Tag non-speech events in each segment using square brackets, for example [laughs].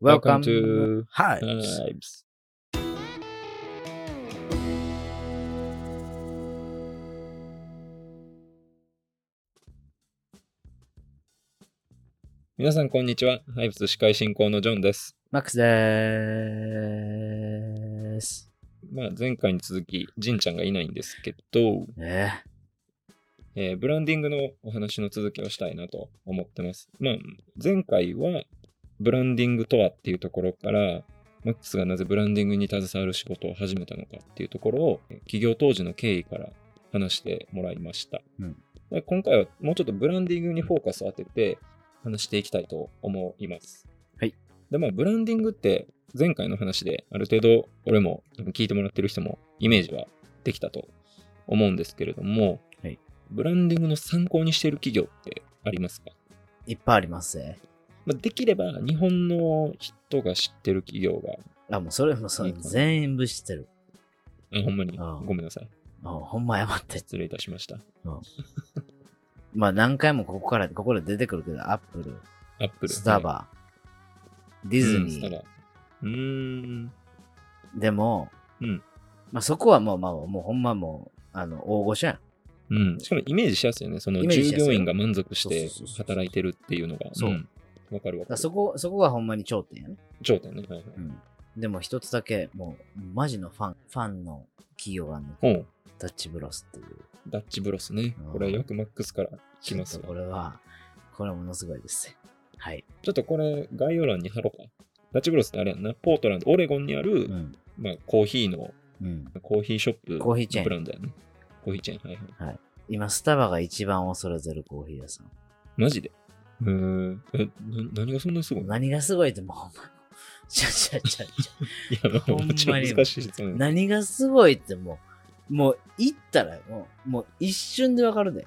Welcome, to Hi. Vibes. 皆さん、こんにちは。ハイブス司会進行のジョンです。マックスでーす。まあ、前回に続き、ジンちゃんがいないんですけど、ねえーブランディングのお話の続きをしたいなと思ってます。まあ、前回は、ブランディングとはっていうところから、マックスがなぜブランディングに携わる仕事を始めたのかっていうところを、えー起業当時の経緯から話してもらいました。うんで今回はもうちょっとブランディングにフォーカスを当てて話していきたいと思います。はい。で、まあ、ブランディングって前回の話である程度俺も聞いてもらってる人もイメージはできたと思うんですけれども、はいブランディングの参考にしている企業ってありますかえ。いっぱいありますね。まあ、できれば日本の人が知ってる企業が、あ、もうそれもそいういかな全部知ってる。あほんまにああごめんなさい。あほんま謝って。失礼いたしました。まあ何回もここから、ここで出てくるけど、アップル、アップル。スタバ、はディい、ズうんスニター。バ。うーん。でも、うんまあそこはもう、まあもうほんまもう、あの、大御所やん。うん。しかもイメージしやすいよね。そのイメージし従やすいよ業員が満足しそうそてうそうそう働いてるっていうのが。そうんわかるだかわからる。そこ、そこがほんまに頂点やね。頂点ね。はいはい。うん。でも一つだけ、もう、マジのファン、ファンの企業があるのおうダッチブロスっていう。ダッチブロスねうん。これはよくマックスから来ますちょっとわこ。れは、これはものすごいですね。はい。ちょっとこれ概要欄に貼ろうか。ダッチブロスってあれやんな。ポートランド、オレゴンにある、うん。まあ、コーヒーの、うん。コーヒーショップ、コーヒーチェーンブランドやね。コーヒーチェーン。はいはい。今、スタバが一番恐れてるコーヒー屋さん。マジでうーん。え、な何がそんなにすごいの何がすごいって、もうほんま、ちゃちゃちゃちゃ。いや、ほんまにもちろん難しい質 [laughs] 問。何がすごいって、もう、もう、行ったら、もう、もう一瞬でわかるで。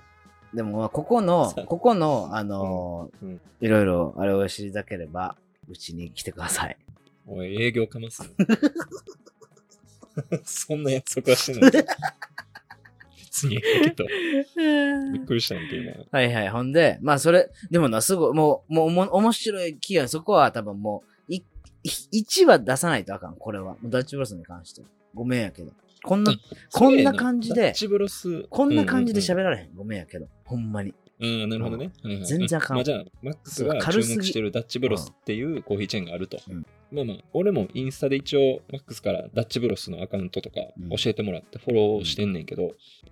でも、まあここのそう、ここの、あのーうんうんいろいろ、あれを知りたければ、うちに来てくださ [laughs] い。おい、営業 [laughs] かますな。そんな約束はし [laughs] てない。別にええけど、びっくりしたんだけど、今。はいはい。ほんで、まあそれ、でもな、すごい、もう、もう、おも面白い企業、そこは多分もう、い、1は出さないとあかん、これは。もうダッチブロスに関しては。ごめんやけど。こんなうん、こんな感じでダッチブロス。こんな感じでる。喋られへん。ごめんやけど。ほんまに。うん、なるほどね。はいはい全然あかんまあじゃあ、マックスそうが注軽すぎ目してるダッチブロスっていうコーヒーチェーンがあるとうん。まあまあ、俺もインスタで一応、マックスからダッチブロスのアカウントとかうん教えてもらってフォローしてんねんけど、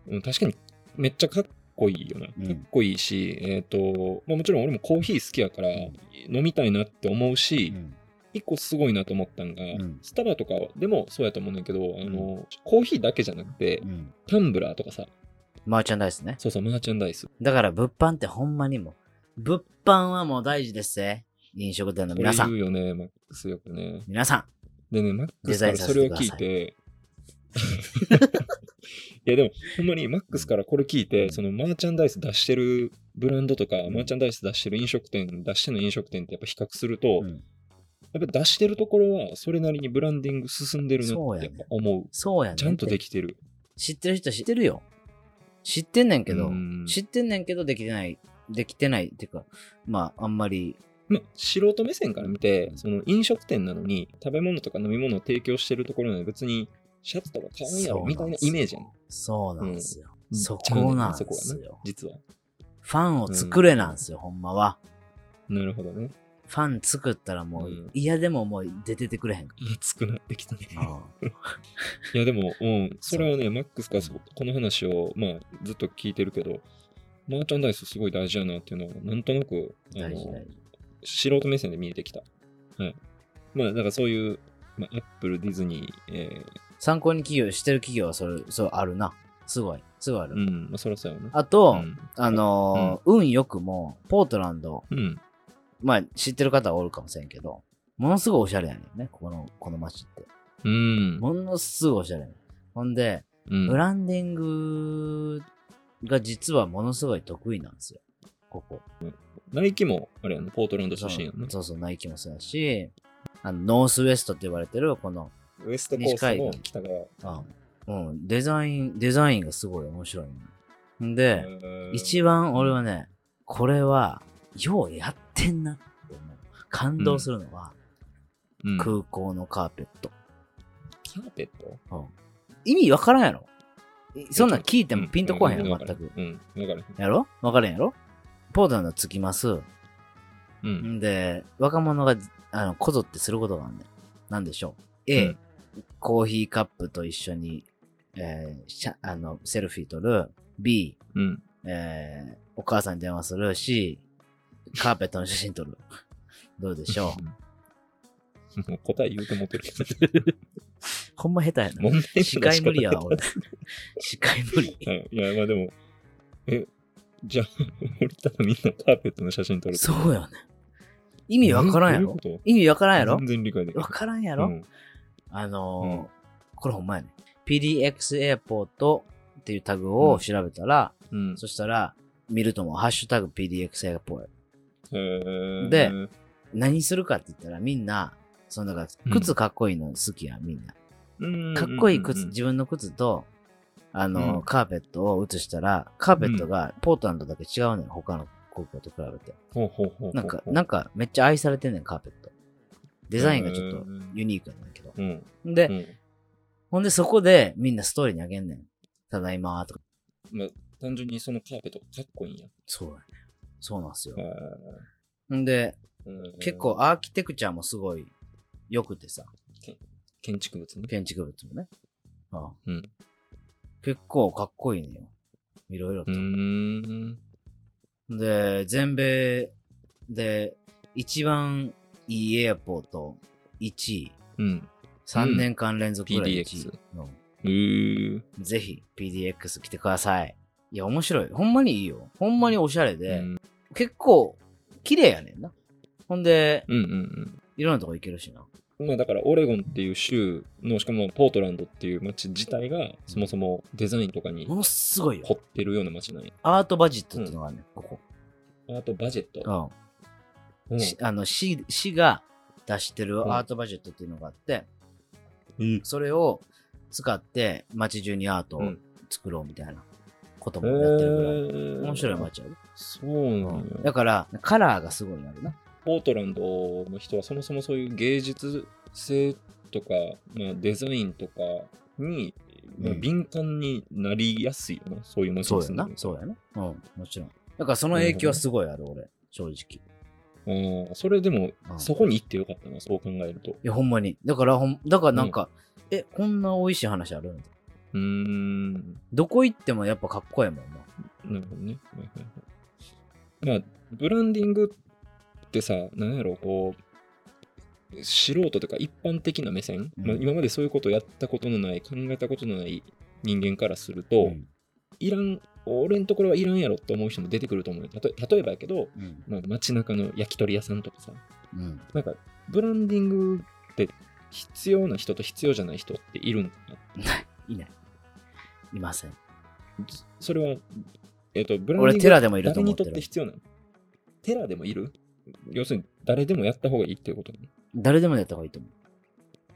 うん確かにめっちゃかっこいいよな。かうんっこいいし、えっと、まあもちろん俺もコーヒー好きやからん飲みたいなって思ううし、ん。一個すごいなと思ったんがん、スタバとかでもそうやと思うねんだけど、あの、コーヒーだけじゃなくてう、ん。タンブラーとかさ、マーチャンダイスね。そうそう、マーチャンダイス。だから物販ってほんまにもう、物販はもう大事ですね。飲食店の皆さこん。れ言うよね、マックスよくね。皆さでね、マックスからそれを聞いて、 [laughs] いやでも、ほんまにマックスからこれ聞いて、そのマーチャンダイス出してるブランドとか、んマーチャンダイス出してる飲食店、出しての飲食店ってやっぱ比較すると、ん。うん。やっぱ出してるところはそれなりにブランディング進んでるなそうっやてねやっぱ思う。そうやね。ちゃんとできてる。知ってる人知ってるよ。知ってんねんけどうん、知ってんねんけどできてない、できてないっていうか、まあ、あんまり、まあ、素人目線から見て、その飲食店なのに食べ物とか飲み物を提供してるところなのに別にシャツとか買わんやろみたいなイメージやねそうなんですよ。ん。そちゃうねこなんそこですはねよ。。実は。ファンを作れなんですよ、ほんまは。なるほどね。ファン作ったらもう、うんいやでももう出ててくれへんか熱くなってきたね。ら。いやでも、うん、それはね、マックスがそうこの話を、まあ、ずっと聞いてるけど、マーチャンダイスすごい大事やなっていうのは、なんとなく、あ大事の大事。素人目線で見えてきた。はい。まあ、だからそういう、まあ、アップル、ディズニー、え参考に企業してる企業はそれ、そうあるな。すごい、すごいあー、る。うん、まあ、そらそうやわな。あと、うんあのー運よくも、ポートランド、うん。まあ知ってる方はおるかもしれんけど、ものすごいおしゃれやねんね、ここの、この街って。うん。ものすごいおしゃれやねん。ほんで、うんブランディングが実はものすごい得意なんですよ。ここ。ナイキも、あれやな、ポートランドそ出う身やんな。そうそう、ナイキもそうやし、あの、ノースウェストって言われてる、この、ウエストコースの北側。あうん、デザイン、デザインがすごい面白いね。んで、えー一番俺はね、これは、ようやってんなって思う。感動するのは、うん、空港のカーペット。キャーペット意味わからんやろいそんなん聞いてもピンとこへんわよ、か全く。。うん、わかる。やろわからんやろポートランド着きます。うん。んで、若者が、あの、こぞってすることがあんねん。なんでしょう。う A ん、コーヒーカップと一緒に、えーしゃ、あの、セルフィー撮る。B、うん。えーお母さんに電話する。C、カーペットの写真撮る。 [laughs] どうでしょう。もう答え言うと思ってるけど。 [laughs] ほんま下手やな。問題文の司会無 [laughs] 理や仕わ、方俺。司会無 [laughs] 理。うんいや、まあでも、え、じゃあ、 [laughs] 俺たらみんなカーペットの写真撮る。そうよね。意味わからんやろえどういうこ意味わからとんやろ全然理解できない。わからんややろ、あのーうんこれほんまやね。PDX エアポートっていうタグを調べたら、うん。そしたら、見るともう、ハッシュタグ PDX エアポート。へーで何するかって言ったら、みんな、その、だから、靴かっこいいの好きやん、みんな。うんかっこいい靴、うん自分の靴と、あのーうんカーペットを写したら、カーペットがポートランドだけ違うねん、他の航空と比べて。ほうほうほうほう。なんか、なんか、めっちゃ愛されてんねん、カーペット。デザインがちょっへとーユニークなんだけど。うん。で、うんほんでそこでみんなストーリーにあげんねん。ただいまーとか。まあ、単純にそのカーペットかっこいいんや。そうだね。そうなんですよへ。んで、ーうん結構アーキテクチャもすごい良くてさ、建築物ね。建築物もね。ああうん結構かっこいいねよ。いろいろうと。ーん。で、全米で一番いいエアポート1位、うん。 3年間連続ぐらい1 PDX 位。うんうー。ぜひ PDX 来てください。いや、面白い。ほんまにいいよ。ほんまにおしゃれで、うん結構綺麗やねんな。ほんで、うんうんいろんなとこ行けるしな。うん。まあだからオレゴンっていう州のしかもポートランドっていう街自体がそもそもデザインとかにものすごいよ。凝ってるような街なんや。アートバジットっていうのがあるねん、こあとバジェット。こ。ううんん。しあの、市、市が出してうんるアートバジェットっていうのがあって、うんそれを使って街中にアートをうん作ろうみたいなことえもやってるぐらい。ー面白い街やで、そううなんん、や。だから、カラーがすごいあるな。ポートランドの人はそもそもそういう芸術性とか、まあ、デザインとかに、まあうん敏感になりやすいよな、そういう街そうにや住んなで。るそうやな。うん、もちろん。だからその影響はすごいある、俺。正直。いああそれでも、うんそこに行ってよかったな、そう考えると。や、ほんまに。だから、ほん、だからなんか、え、こんな美味しい話あるんだうーん、どこ行ってもやっぱかっこええもんな。なるほどね。はいはいはいまあ、ブランディングってさ、なんやろ、こう、素人とか一般的な目線、うんまあ、今までそういうことやったことのない、考えたことのない人間からすると、ん。いらん、俺のところはいらんやろって思う人も出てくると思うよ。たと例えばやけど、うん。まあ、街中の焼き鳥屋さんとかさ、うん。なんか、ブランディングって必要な人と必要じゃない人っているんかな。ない。いない。いません。それは、えっ、と、ブランディング俺、テラでもいると誰思にってとってる。必要なのテラでもいる要するに誰でもやった方がいいっていうことね。誰でもやった方がいいと思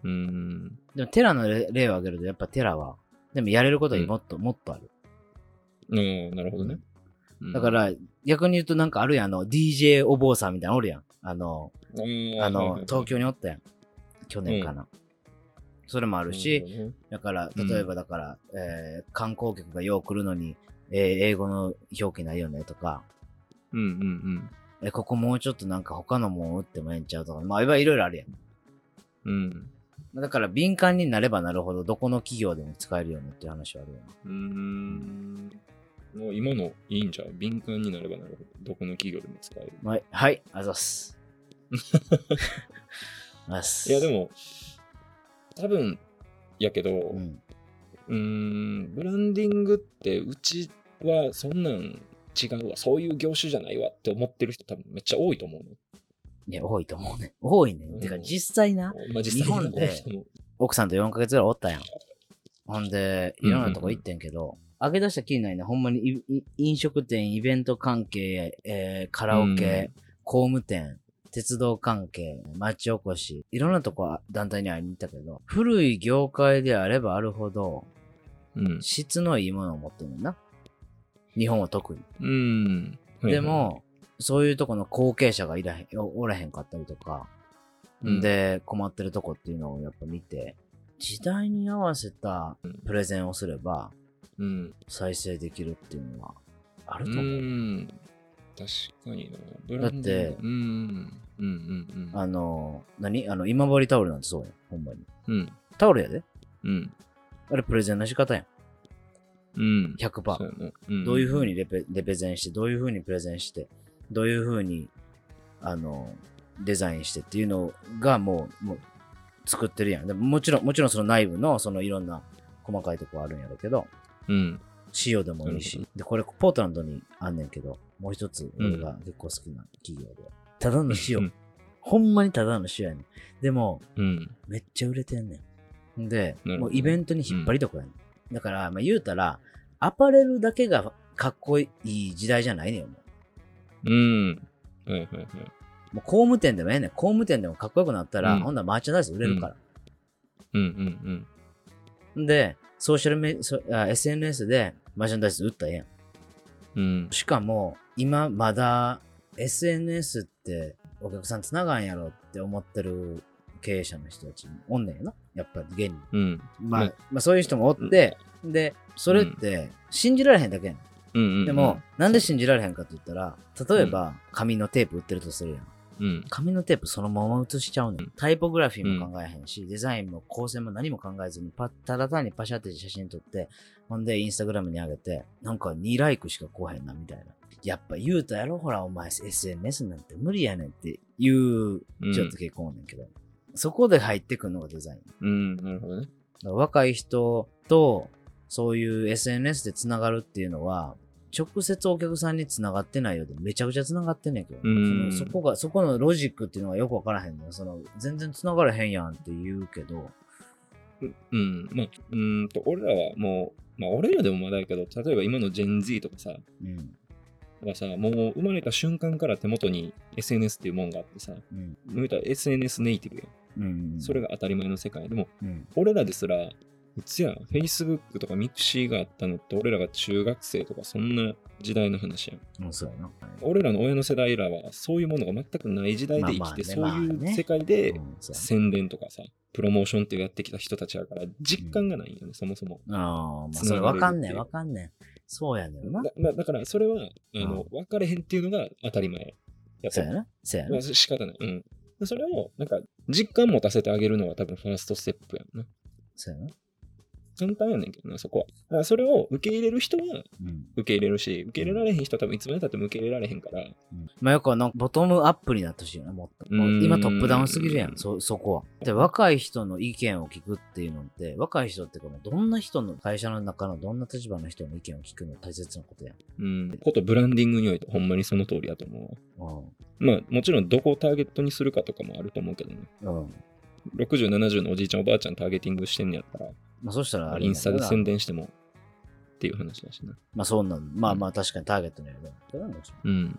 うーん。う。でも、テラの例例を挙げると、やっぱテラは、でもやれることにもっと、もっとある。あーなるほどね。うんだか、ら、逆に言うとなんかあるやん、あの、DJ お坊さんみたいなのおるやん。あの、うんあはいのはい、東京におったやん。去年かな。それもあるし、だから、うん例えばだから、えー観光客がよう来るのに、えー英語の表記ないよねとか、うんうんえ、ここもうちょっとなんか他のもん打ってもええんちゃうとか、まあ、いわゆるいろいろあるやうん。うん。ん。だから、敏感になればなるほど、どこの企業でも使えるよねっていう話はあるよね。うーん。もう今のいいんじゃう敏感になればなるほど。どこの企業でも使える。はい、はい、あざっす。あざっす。いやで、も、多分やけど、う。うんーん、ブランディングってうちはそんなん違うわ。そういう業種じゃないわって思ってる人多分めっちゃ多いと思うの。いや、多いと思うね。多いね。てか、実際な、まあ、日実際本でこの人も奥さんと4ヶ月ぐらいおったやん。ほんで、いろんなとこ行ってんけど、上げ出したきりないね。ほんまにいい飲食店、イベント関係、えーカラオケ、工務店、鉄道関係、町おこし、いろんなとこは団体に会いに行ったけど、古い業界であればあるほど、うん。質のいいものを持ってるねんな。日本は特に。うん。はいはいで、も、そういうとこの後継者がいらへん、おおらへんかったりとか、うんで、困ってるとこっていうのをやっぱ見て、時代に合わせたプレゼンをすれば、うん。再生できるっていうのは、あうると思う。ん。確かにな。ブラだンディングってうん。うんうんあの、何あの、今治タオルなんてそうやん。ほんまに。うん。うん。タオルやで。うん。あれプレゼンの仕方やん。うん。 100%。そうやなうんどういう風にレペレペゼンして、どういう風にプレゼンして、どういう風に、あの、デザインしてっていうのがもう、もう作ってるやん。でももちろん、もちろんその内部の、そのいろんな細かいとこあるんやろうけど、うん。塩でもいいし。で、これ、ポートランドにあんねんけど、もう一つ、俺が結構好きな企業で。ただのう塩ん。ほんまにただの塩やねん。でも、うん。めっちゃ売れてんねん。で、なるほどもうイベントに引っ張りとこやねん。だから、まあ、言うたら、アパレルだけがかっこいい時代じゃないねんよ。もうん。はいはいはい。うもう工務店でもええねん。工務店でもかっこよくなったら、うんほんならマーチャンダイズ売れるから。うんうんで、ソーシャルメそあ SNS でマーチャンダイズ売ったらええやうん。うんん。。しかも、今まだ SNS ってお客さん繋がんやろって思ってる経営者の人たちもおんねんよな。やっぱり現に。うん。まあ、ねまあそういう人もおって、で、それって信じられへんだけやん。うんうんうん。でも、なんで信じられへんかって言ったら、例えば、紙のテープ売ってるとするやん。うん。紙のテープそのまま写しちゃうねん。タイポグラフィーも考えへんし、デザインも構成も何も考えずに、パただ単にパシャって写真撮って、ほんでインスタグラムに上げて、なんか2ライクしか来へんな、みたいな。やっぱ言うたやろほら、お前 SNS なんて無理やねんって言う、うんちょっと結構おんねんけど。そこで入ってくるのがデザイン。うん。なるほどね。だから若い人とそういう SNS でつながるっていうのは直接お客さんにつながってないようでめちゃくちゃつながってんねんけど、うんそのそこがそこのロジックっていうのがよくわからへんのよその全然つながれへんやんって言うけどうん。まあ、うーんと、俺らはもう、まあ、俺らでもまだやけど、例えば今の Gen Z とかさ、うんはさ、もう生まれた瞬間から手元に SNS っていうもんがあってさ、うん言うたら SNS ネイティブやん。うんうんそれが当たり前の世界。でも、うん俺らですら、いつや、Facebook とか Mixi があったのって、俺らが中学生とか、そんな時代の話やん。うんそうやな俺らの親の世代らは、そういうものが全くない時代で生きて、まあまあねそまあういねう世界でうんそうや宣伝とかさ、プロモーションってやってきた人たちやから、実感がないよね、そもそも。なああまあつそなれがわれるっていかうんねんわかんねんそうやねんなだまあだから、それは、あの、分かれへんっていうのが当たり前やとそう思うやなそうやまなあ、仕方ない。うん。でそれを、なんか、実感持たせてあげるのは多分ファーストステップやんな。そうやな簡単やねんけどな、そこは。だからそれを受け入れる人はうん受け入れるし、受け入れられへん人は多分いつまでたっても受け入れられへんから。まあよくあの、ボトムアップになってほしいよね、もっと。もううん今トップダウンすぎるやん、そ、そこは。で、若い人の意見を聞くっていうのって、若い人ってこの、どんな人の、会社の中のどんな立場の人の意見を聞くの大切なことやん。うん。ことブランディングにおいてほんまにその通りやと思うわ。うまあ、もちろんどこをターゲットにするかとかもあると思うけどね。ん。うん。 60、70のおじいちゃんおばあちゃんターゲティングしてんねやったら、まあそしたらあれイやンけスどタなで宣伝してもっていう話だしな。まあそうなん、まあまあ確かにターゲットのやるけどなもちうん。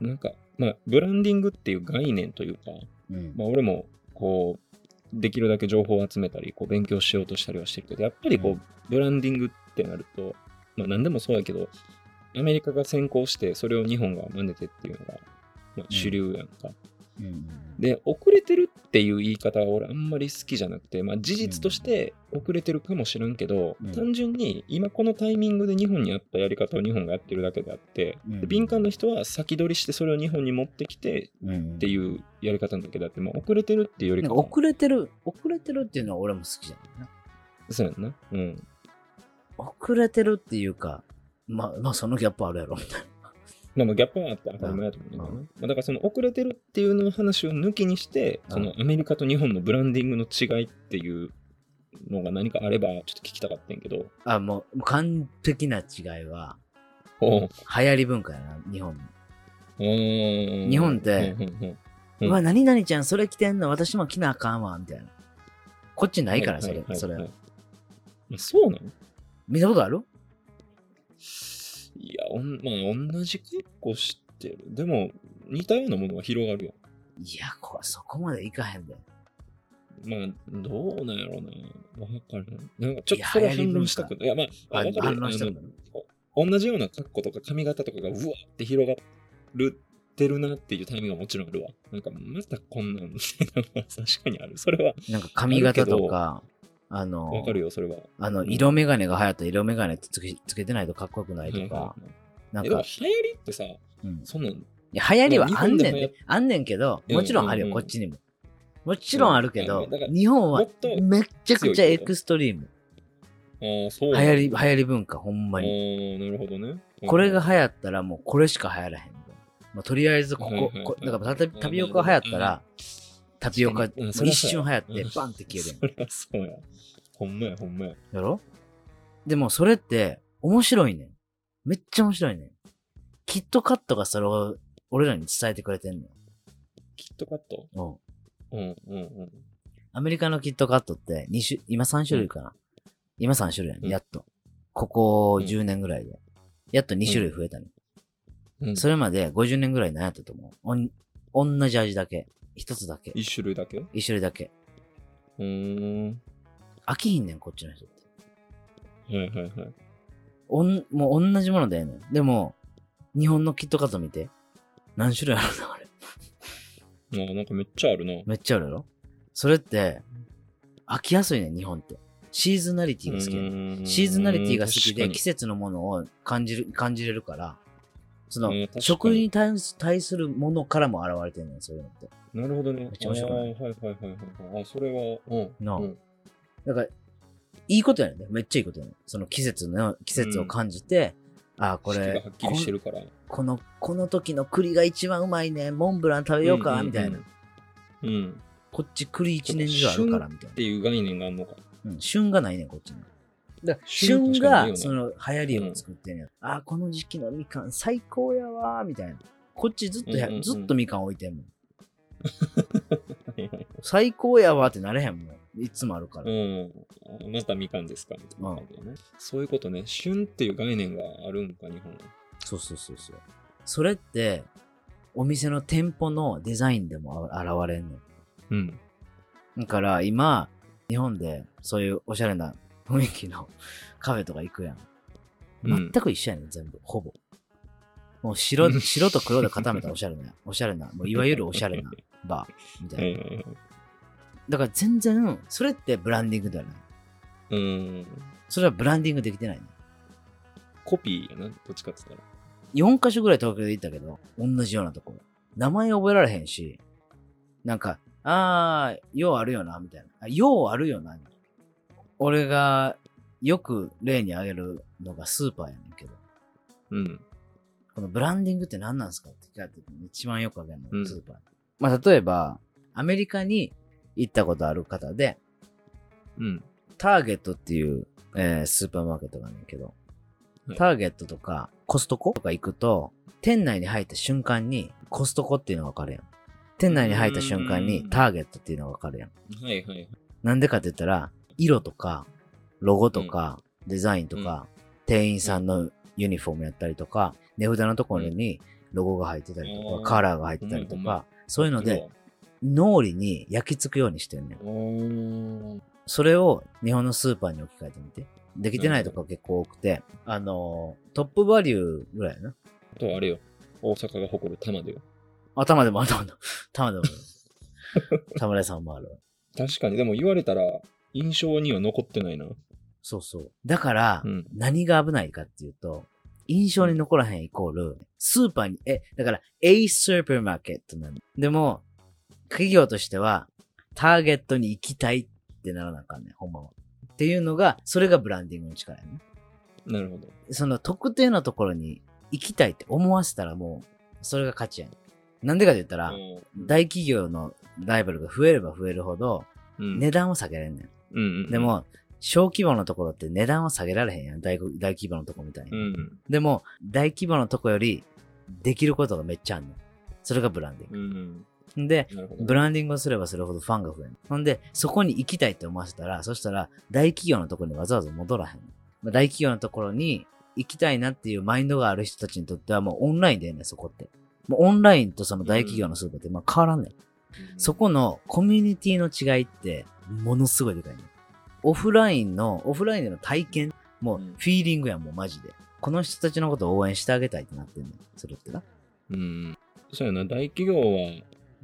なんか、まあ、ブランディングっていう概念というか、ろん。うん。まあ、俺もこうできるだけ情報を集めたりこう勉強しようとしたりはしてるけどやっぱりこう、うんブランディングってなると、まあ、何でもそうやけどアメリカが先行してそれを日本が真似てっていうのが、まあ、主流やんか、うんうんで遅れてるっていう言い方は俺あんまり好きじゃなくて、まあ、事実として遅れてるかもしれんけど、うん単純に今このタイミングで日本にあったやり方を日本がやってるだけであって、うんで敏感な人は先取りしてそれを日本に持ってきてうんうん。っていうやり方だけだって、まあ、遅れてるっていうよりなんかかは遅れてる、遅れてるっていうのは俺も好きじゃんな。そうやんな。うん。遅れてるっていうか、まあまあそのギャップあるやろ、みたいまあまあギャップはあって当たり前やと思うんだけどうね。まあだからその遅れてるっていうのを話を抜きにして、うんそのアメリカと日本のブランディングの違いっていうのが何かあればちょっと聞きたかったんやけど。な。あ、もう完璧な違いは、おう流行り文化やな、日本の。うん日本ってうんうんうんううんわ、何々ちゃん、それ着てんの私も着なあかんわ、みたいな。こっちないから、そはれは、はいそれ。あそうなの見たことあるいや、おんまあ同じ格好してる。でも似たようなものは広がるよ。いや、こそこまでいかへんで。まあ、どうなんやろうな。わからん。なんかちょいっやとそれは反論したくない。いや、まあ、あわかる反論したくないあの同じような格好とか髪型とかがうわって広がるってるなっていうタイミングがもちろんあるわ。なんか、また [laughs] こんなんみたいなのは確かにある。それは、なんか髪型とか、あわのか、るよ、それは。あの、うん色眼鏡が流行ったら色眼鏡つけつけてないとかっこよくないとか、はいはいはいなんえでもか、流行りってさ、うん、そんなん、いや流行りはあんねん日本でも流行ね。あんねんけど、もちろんあるよ、うんうんうんこっちにも。もちろんあるけうどんだから、日本もはっと、あめっちゃくちゃエクストリーム。あ、そ流うなんだ。行り、流行り文化、ほんまに。ああ、なるほどね。これが流行ったらもうこれしか流行らへん。まあ、とりあえずこはいはこいはい、こだからタピタピオカ流行ったら、タピオカ、うんそれはそうや一瞬流行ってうん、バンって消えるそれはそうや。ほんまや、ほんまや。やん。やろでもそれって、面白いねん。めっちゃ面白いねん。キットカットがそれを俺らに伝えてくれてんのよキットカット。うん。うん、うん、うん。アメリカのキットカットって二種、今3種類かな、今3種類やうんね、やっと。ここ10年ぐらいで。やっと2種類増えたね。うんそれまで50年ぐらい何やったと思うおん、同じ味だけ。一つだけ。一種類だけう一種類だけ。ーん。飽きひんねん、こっちの人って。はいはいはい。おん、もう同じものだよねん。でも、日本のキットカット見て。何種類あるんだ、あれ。ああ、なんかめっちゃあるな。めっちゃあるやろそれって、飽きやすいねん、日本って。シーズナリティが好きやねんうんシーズナリティが好きで確かに季節のものを感じる、感じれるから、そのうん確か、に食に対す対するものからも現れてるのよ、そういうのって。なるほどね。っちゃ面白くないあーはいはいはいはいはい。あ、それは、うん。なあうんだから、いいことやねめっちゃいいことやねその季節の、季節を感じて、ああ、こ式れがはっきこりしてん、るから。この、この時の栗が一番うまいね。モンブラン食べようか、んんんみたいな。。うん。こっち栗一年中あるから、みたいっな。ていう概念があるのか。うん、旬がないねんこっちに。だから旬旬確かにないよが、なその、流行りを作ってんねや。あー、この時期のみかん最高やわー、みたいな。こっちずっとや、うんうんうんずっとみかん置いてんもん。 [laughs] はいはい最高やわーってなれへんもん。いつもあるから。うん。またみかんですかみたいな感じだね。そういうことね。旬っていう概念があるんか、日本は。そうそうそうそう。それって、お店の店舗のデザインでもあ現れんの。うん。だから今、日本でそういうおしゃれな雰囲気の [laughs] カフェとか行くやん。全く一緒やねん、全部。ほぼ。もう白、白と黒で固めたおしゃれな、 [laughs] おしゃれな、もういわゆるおしゃ [laughs] れなバーみたはいいな。はいはい。だから全然、それってブランディングではない。うん。それはブランディングできてない、ね。コピーやな、どっちかって言ったら。 4カ所ぐらい東京で行ったけど、同じようなところ。名前覚えられへんし、なんか、あー、ようあるよな、みたいな。あようあるよな。俺がよく例に挙げるのがスーパーやねんけど、うん。このブランディングって何なんすかって聞かれて一番よく挙げるの、うんスーパー。まあ、例えば、アメリカに行ったことある方で、うん。ターゲットっていう、えースーパーマーケットがあるんだけどはい、ターゲットとかコストコとか行くと、店内に入った瞬間にコストコっていうのがわかるやん。店内に入った瞬間うにんターゲットっていうのがわかるやん。はいはいはい。なんでかって言ったら、色とか、ロゴとか、デザインとか、店員さんのユニフォームやったりとか、値札のところにロゴが入ってたりとうんか、カラーが入ってたりとほんまほんか、そういうので、脳裏に焼き付くようにしてんねんおー。それを日本のスーパーに置き換えてみて。できてないとこ結構多くて、あのー、トップバリューぐらいやな。あとはあれよ。大阪が誇る玉でよ。頭でも頭 [laughs] でも、頭でも。侍さんもある。確かに、でも言われたら、印象には残ってないな。そうそう。だから、うん何が危ないかっていうと、印象に残らへんイコール、スーパーに、え、だから、A スーパーマーケットなの。でも、企業としては、ターゲットに行きたいってならなあかんねん、ほんまは。っていうのが、それがブランディングの力やね。なるほど。その特定のところに行きたいって思わせたらもう、それが勝ちやねん。なんでかって言ったら、うん大企業のライバルが増えれば増えるほど、うん値段は下げられんねん。うんうん、で、も、小規模のところって値段は下げられへんやん。大こ大規模のとこみたいに。うん。でも、大規模のとこより、できることがめっちゃあんねん。それがブランディンうん。グ。んで、なるほど。ブランディングをすればするほどファンが増える。ほんで、そこに行きたいって思わせたら、そしたら大企業のところにわざわざ戻らへん。まあ大企業のところに行きたいなっていうマインドがある人たちにとってはもうオンラインだよね、そこって。もうオンラインとその大企業のスーパーってまあ変わらんねん。そこのコミュニティの違いってものすごいでかいね。オフラインの、オフラインでの体験、もうフィーリングやんもうマジで。この人たちのことを応援してあげたいってなってんねん。それってな。うん。そうやな、大企業は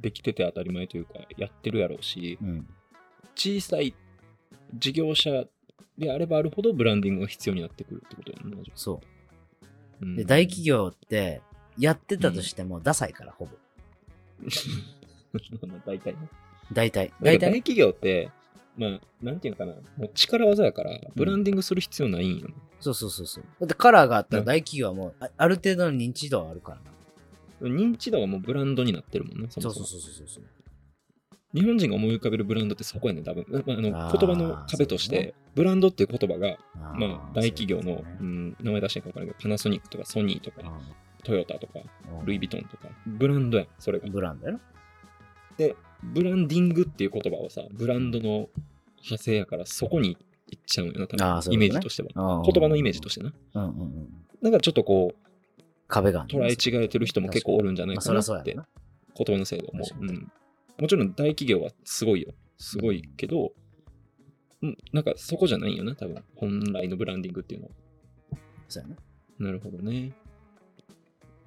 できてて当たり前というか、やってるやろうし、うん。小さい事業者であればあるほどブランディングが必要になってくるってことやな。そうう。んで、大企業って、やってたとしても、ダサいから、ほぼ。まあ [laughs] 大体ね。大体。大大体体大企業って、まあ、なんていうのかな、もう力技やから、ブランディングする必要ないんよ、ねそうそうそうそう。だってカラーがあったら大企業はもう、あある程度の認知度はあるからな。認知度がもうブランドになってるもんね、そそもうそそもうそうそうそう。日本人が思い浮かべるブランドってそこやね、多分。まあ、あのあー言葉の壁としそうねて、ブランドっていう言葉が、ままあ、大企業の、うん、名前出してんか分からないけど、パナソニックとかソニーとか、トヨタとか、ルイ・ヴィトンとか、ブランドやん、それが。ブランドやろブランディングっていう言葉をさ、ブランドの派生やから、そこに行っちゃうんよな、多分あーそうイいうことねメージとしては。言葉のイメージとししてな。て。うんうんうん。なんかちょっとこう、壁がある捉ねえ違えてる人も結構おるんじゃないまあ、かそりゃなってそうやろな。言葉の制度も確、かうにん、もちろん大企業はすごいよすごいけど、うん、なんかそこじゃないよな多分本来のブランディングっていうのはそうやな。なるほどね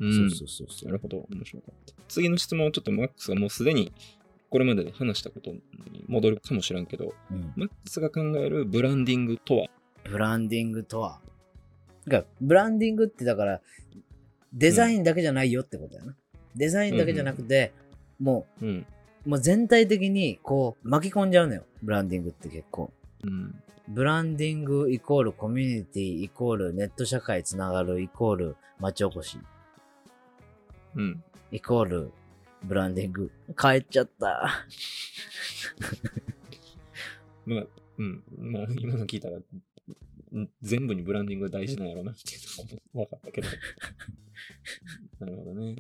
ううんそうそうそうそなう。るほど面白かった次の質問はちょっとマックスがもうすでにこれまでで話したことに戻るかもしらんけどうんマックスが考えるブランディングとはブランディングとは。だからブランディングってだから、デザインだけじゃないよってことやな。デザインだけじゃなくて、もうんう、もう全体的にこう巻き込んじゃうのよ。ブランディングって結構。うんブランディングイコールコミュニティイコールネット社会つながるイコール町おこしうんイコールブランディング。帰っちゃった。まあうんまあ今の聞いたらうん全部にブランディングが大事なんやろうなっていうのが分かった [laughs] けどなるほどね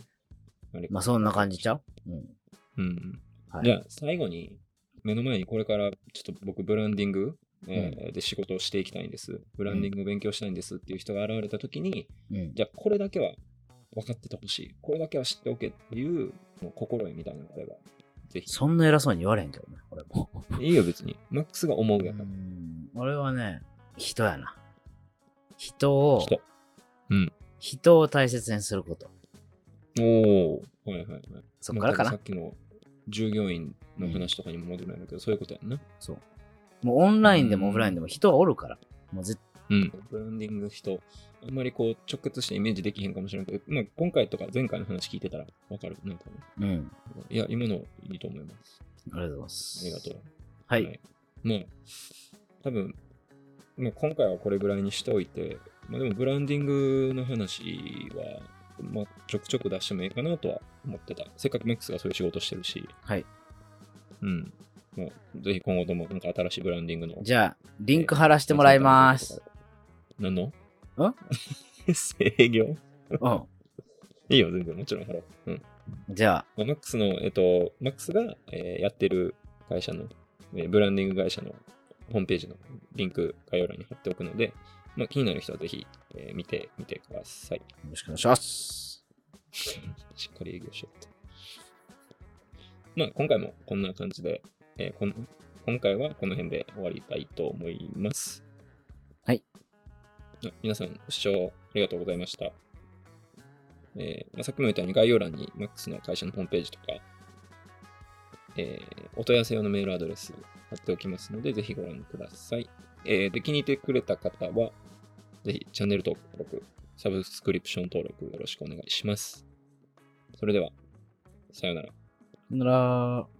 あれかまあそんな感じちゃううん。うん、はいじゃあ最後に目の前にこれからちょっと僕ブランディング、えーで仕事をしていきたいんですブランディングを勉強したいんですっていう人が現れた時に、うん。じゃあこれだけは分かっててほしいこれだけは知っておけっていうもう心得みたいなのがあればぜひそんな偉そうに言われへんけどね、俺も。いいよ別にマックスが思ううやからん俺はね、人やな。人を、人人を大切にすること。おおはいはいはいそっからかまあ多分さなっ。きの従業員の話とかにも戻るんやろうけど、そういうことやんなそう。もうオンラインでもオフラインでも人はおるから。もう絶うん、ブランディング人、あんまりこう直結してイメージできへんかもしれないけど、まあ、今回とか前回の話聞いてたらわかる。なんかねうん。いや、今のいいと思います。ありがとうございます。ありがとう。はい。もう、多分、まあ、今回はこれぐらいにしておいて、まあ、でもブランディングの話は、まあ、ちょくちょく出してもいいかなとは思ってた。せっかくマックスがそういう仕事してるし、はい。うん。まあ、ぜひ今後ともなんか新しいブランディングのじゃあ、リンク貼らせてもらいます。。何の [laughs] 制御うん。いいよ、全然、もちろん貼ろう。うん。じゃあ、まあマックスの、えっと、マックスが、えーやってる会社の、えーブランディング会社のホームページのリンク概要欄に貼っておくので、まあ、気になる人はぜひ、えー見てみてください。よろしくお願いします。しっかり営業しようと。まあ、今回もこんな感じで、えーこん今回はこの辺で終わりたいと思います。はいあ。皆さん、ご視聴ありがとうございました。えーまあ、さっきも言ったように概要欄に MAX の会社のホームページとか、えーお問い合わせ用のメールアドレス貼っておきますので、ぜひご覧ください。えーで、気に入ってくれた方は、ぜひチャンネル登録、サブスクリプション登録よろしくお願いします。それでは、さようなら。なら